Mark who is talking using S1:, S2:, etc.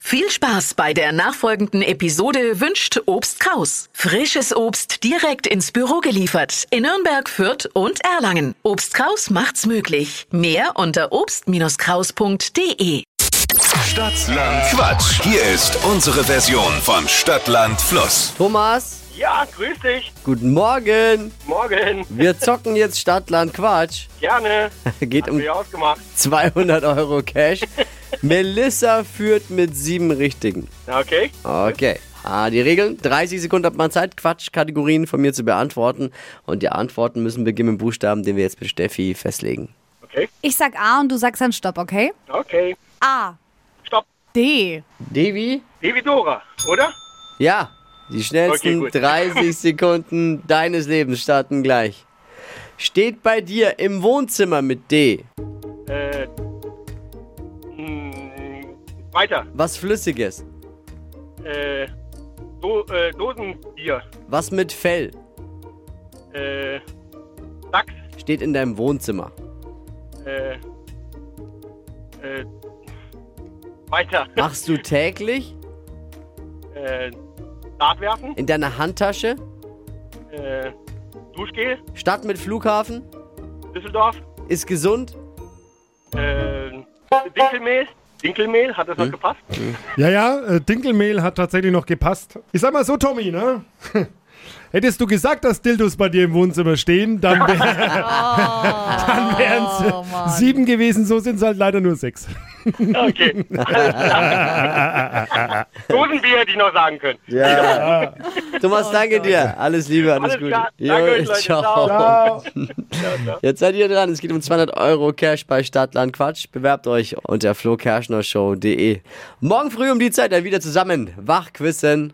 S1: Viel Spaß bei der nachfolgenden Episode wünscht Obst Kraus. Frisches Obst direkt ins Büro geliefert in Nürnberg, Fürth und Erlangen. Obst Kraus macht's möglich. Mehr unter obst-kraus.de.
S2: Stadtland Quatsch. Hier ist unsere Version von Stadtland Fluss.
S3: Thomas,
S4: Ja, grüß dich.
S3: guten Morgen.
S4: Morgen.
S3: Wir zocken jetzt Stadtland Quatsch.
S4: Gerne.
S3: Geht um
S4: Wie ausgemacht.
S3: 200 Euro Cash. Melissa führt mit sieben Richtigen.
S4: Na, Okay.
S3: Okay. Ah, die Regeln. 30 Sekunden hat man Zeit, Quatschkategorien von mir zu beantworten. Und die Antworten müssen beginnen mit dem Buchstaben, den wir jetzt mit Steffi festlegen.
S4: Okay.
S5: Ich sag A und du sagst dann Stopp, okay?
S4: Okay.
S5: A.
S4: Stopp.
S5: D.
S3: Devi?
S4: Dividora, oder?
S3: Ja. Die schnellsten
S4: Okay, gut.
S3: 30 Sekunden deines Lebens starten gleich. Steht bei dir im Wohnzimmer mit D.
S4: Äh. mh, Weiter.
S3: Was Flüssiges.
S4: Äh. Do, äh Dosenbier.
S3: Was mit Fell.
S4: Äh. Sachs.
S3: steht in deinem Wohnzimmer.
S4: Äh. Äh. Weiter.
S3: Machst du täglich
S4: Äh. Dart werfen.
S3: in deiner Handtasche?
S4: Äh. Duschgel.
S3: Stadt mit Flughafen?
S4: Düsseldorf.
S3: Ist gesund?
S4: Äh. Dinkelmehl. Dinkelmehl, hat das noch gepasst?
S6: Ja, ja, äh, Dinkelmehl hat tatsächlich noch gepasst. Ich sag mal so, Tommy, ne? Hättest du gesagt, dass Dildos bei dir im Wohnzimmer stehen, dann, wär, dann wären es sieben gewesen, so sind es halt leider nur sechs.
S4: Okay. Dosenbier hätte ich noch sagen können.
S3: Ja. Thomas, danke dir. Alles Liebe, alles,
S4: Oh, Alles
S3: Gute.
S4: klar. Danke euch, Leute. Ciao.
S3: Jetzt seid ihr dran. Es geht um 200 Euro Cash bei Stadtland Quatsch. Bewerbt euch unter flokerschnershow.de. Morgen früh um die Zeit dann wieder zusammen. Wachquissen.